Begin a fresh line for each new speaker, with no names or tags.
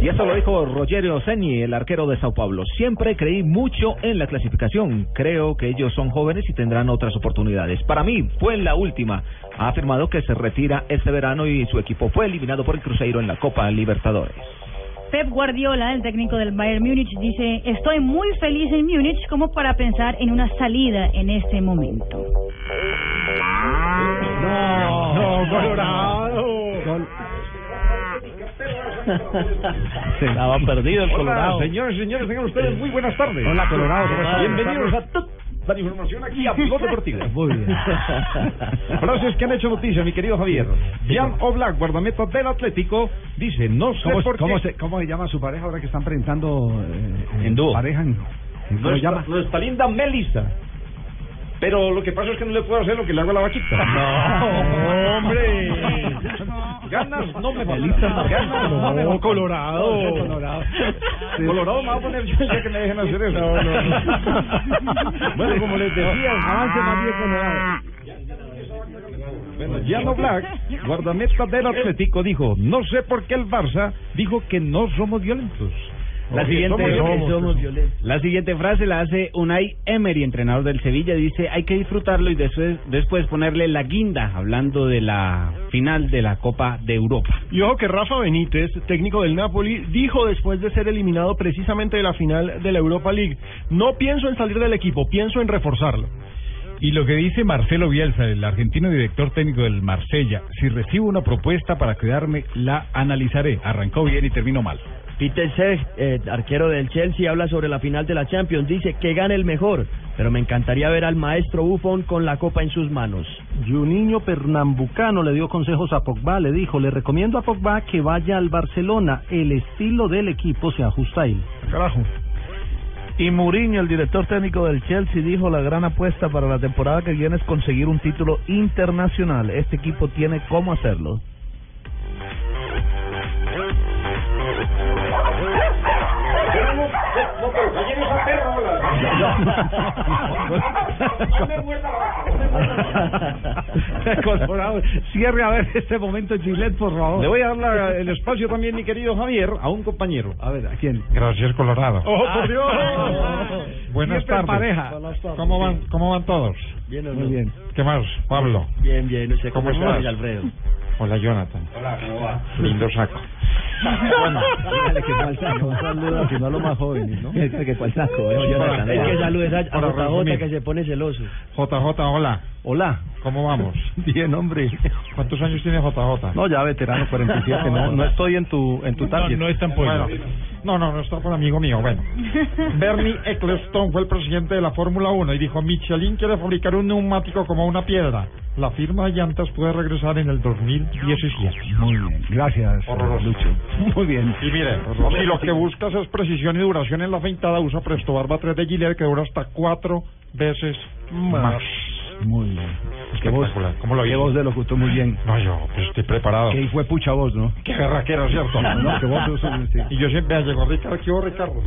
Y esto lo dijo Rogerio Seni, el arquero de Sao Paulo. Siempre creí mucho en la clasificación. Creo que ellos son jóvenes y tendrán otras oportunidades. Para mí fue la última. Ha afirmado que se retira este verano y su equipo fue eliminado por el Cruzeiro en la Copa Libertadores.
Pep Guardiola, el técnico del Bayern Múnich, dice, estoy muy feliz en Múnich como para pensar en una salida en este momento.
No, no, Colorado. Col-
Estaba perdido el
Hola,
Colorado.
señores, señores, tengan ustedes muy buenas tardes.
Hola, Colorado, ¿cómo están?
Bienvenidos a Top la información aquí a Blog Deportivo.
Muy bien.
Frases que han hecho noticia, mi querido Javier. Jan Oblak, guardameta del Atlético, dice, no sé
¿Cómo,
por
cómo
qué...
se, ¿Cómo se llama su pareja ahora que están presentando eh,
En dúo.
pareja? En, ¿Cómo se
Nuestra,
llama?
nuestra linda Melissa. Pero lo que pasa es que no le puedo hacer lo que le hago a la vaquita.
No,
hombre. Ganas no me
Melissa.
faltan. Ganas no me faltan.
Colorado.
No, Colorado. Oh. Sí.
Colorado me va a poner yo el día que me dejen hacer eso.
No, no, no.
bueno, como les decía,
Avance más bien, Colorado.
Bueno, Jan Black, guardameta del Atlético, dijo, no sé por qué el Barça dijo que no somos violentos.
La
Porque
siguiente,
somos violentos.
la siguiente frase la hace Unai Emery, entrenador del Sevilla. Dice, hay que disfrutarlo y después, después ponerle la guinda, hablando de la final de la Copa de Europa.
Y ojo que Rafa Benítez, técnico del Napoli, dijo después de ser eliminado precisamente de la final de la Europa League, no pienso en salir del equipo, pienso en reforzarlo.
Y lo que dice Marcelo Bielsa, el argentino director técnico del Marsella, si recibo una propuesta para quedarme, la analizaré. Arrancó bien y terminó mal.
Peter Cech, eh, arquero del Chelsea, habla sobre la final de la Champions. Dice que gane el mejor, pero me encantaría ver al maestro Buffon con la copa en sus manos.
Y un niño pernambucano le dio consejos a Pogba, le dijo, le recomiendo a Pogba que vaya al Barcelona, el estilo del equipo se ajusta a él.
Carajo.
Y Mourinho, el director técnico del Chelsea, dijo la gran apuesta para la temporada que viene es conseguir un título internacional. Este equipo tiene cómo hacerlo.
Colorado, cierre a ver este momento Gillette, por favor. Le voy a dar la- el espacio también, mi querido Javier, a un compañero.
A ver, ¿a quién?
Gracias, Colorado.
¡Oh, por Dios!
Buenas
Siempre
tardes.
pareja.
¿Cómo van, ¿Cómo van todos?
Bien,
Muy bien.
¿Qué más, Pablo?
Bien, bien. ¿Usted cómo
¿Cómo
está,
estás?
Miguel Alfredo?
Hola, Jonathan. Hola, ¿cómo va? Lindo saco.
Bueno, dígale que cuál saco.
Un saludo, sino a los más jóvenes, ¿no?
Dígale que cuál saco. ¿eh?
Sí, para-
Jonathan,
Es que saludes a, a
Hola,
JJ,
Rafa Mir.
que se pone celoso.
JJ, hola.
Hola.
¿Cómo vamos?
Bien, hombre.
¿Cuántos años tiene JJ?
No, ya veterano 47, no, no estoy en tu, en tu target.
es tan bueno. No, no, no está por amigo mío. Bueno, Bernie Ecclestone fue el presidente de la Fórmula 1 y dijo: Michelin quiere fabricar un neumático como una piedra. La firma de llantas puede regresar en el 2017.
Muy bien, gracias,
Horroroso.
Lucho. Muy bien.
Y mire, si lo que buscas es precisión y duración en la feintada, usa Presto Barba 3 de Gillette que dura hasta cuatro veces más.
Muy bien. Qué voz,
Espectacular. ¿Cómo lo
qué
oímos?
voz de locutor, muy bien.
No, yo pues, estoy preparado.
Que fue pucha voz, ¿no?
Qué berraquero, ¿cierto?
No, que vos sos un- este, sí.
Y yo siempre llego, Ricardo, ¿qué hubo, Ricardo?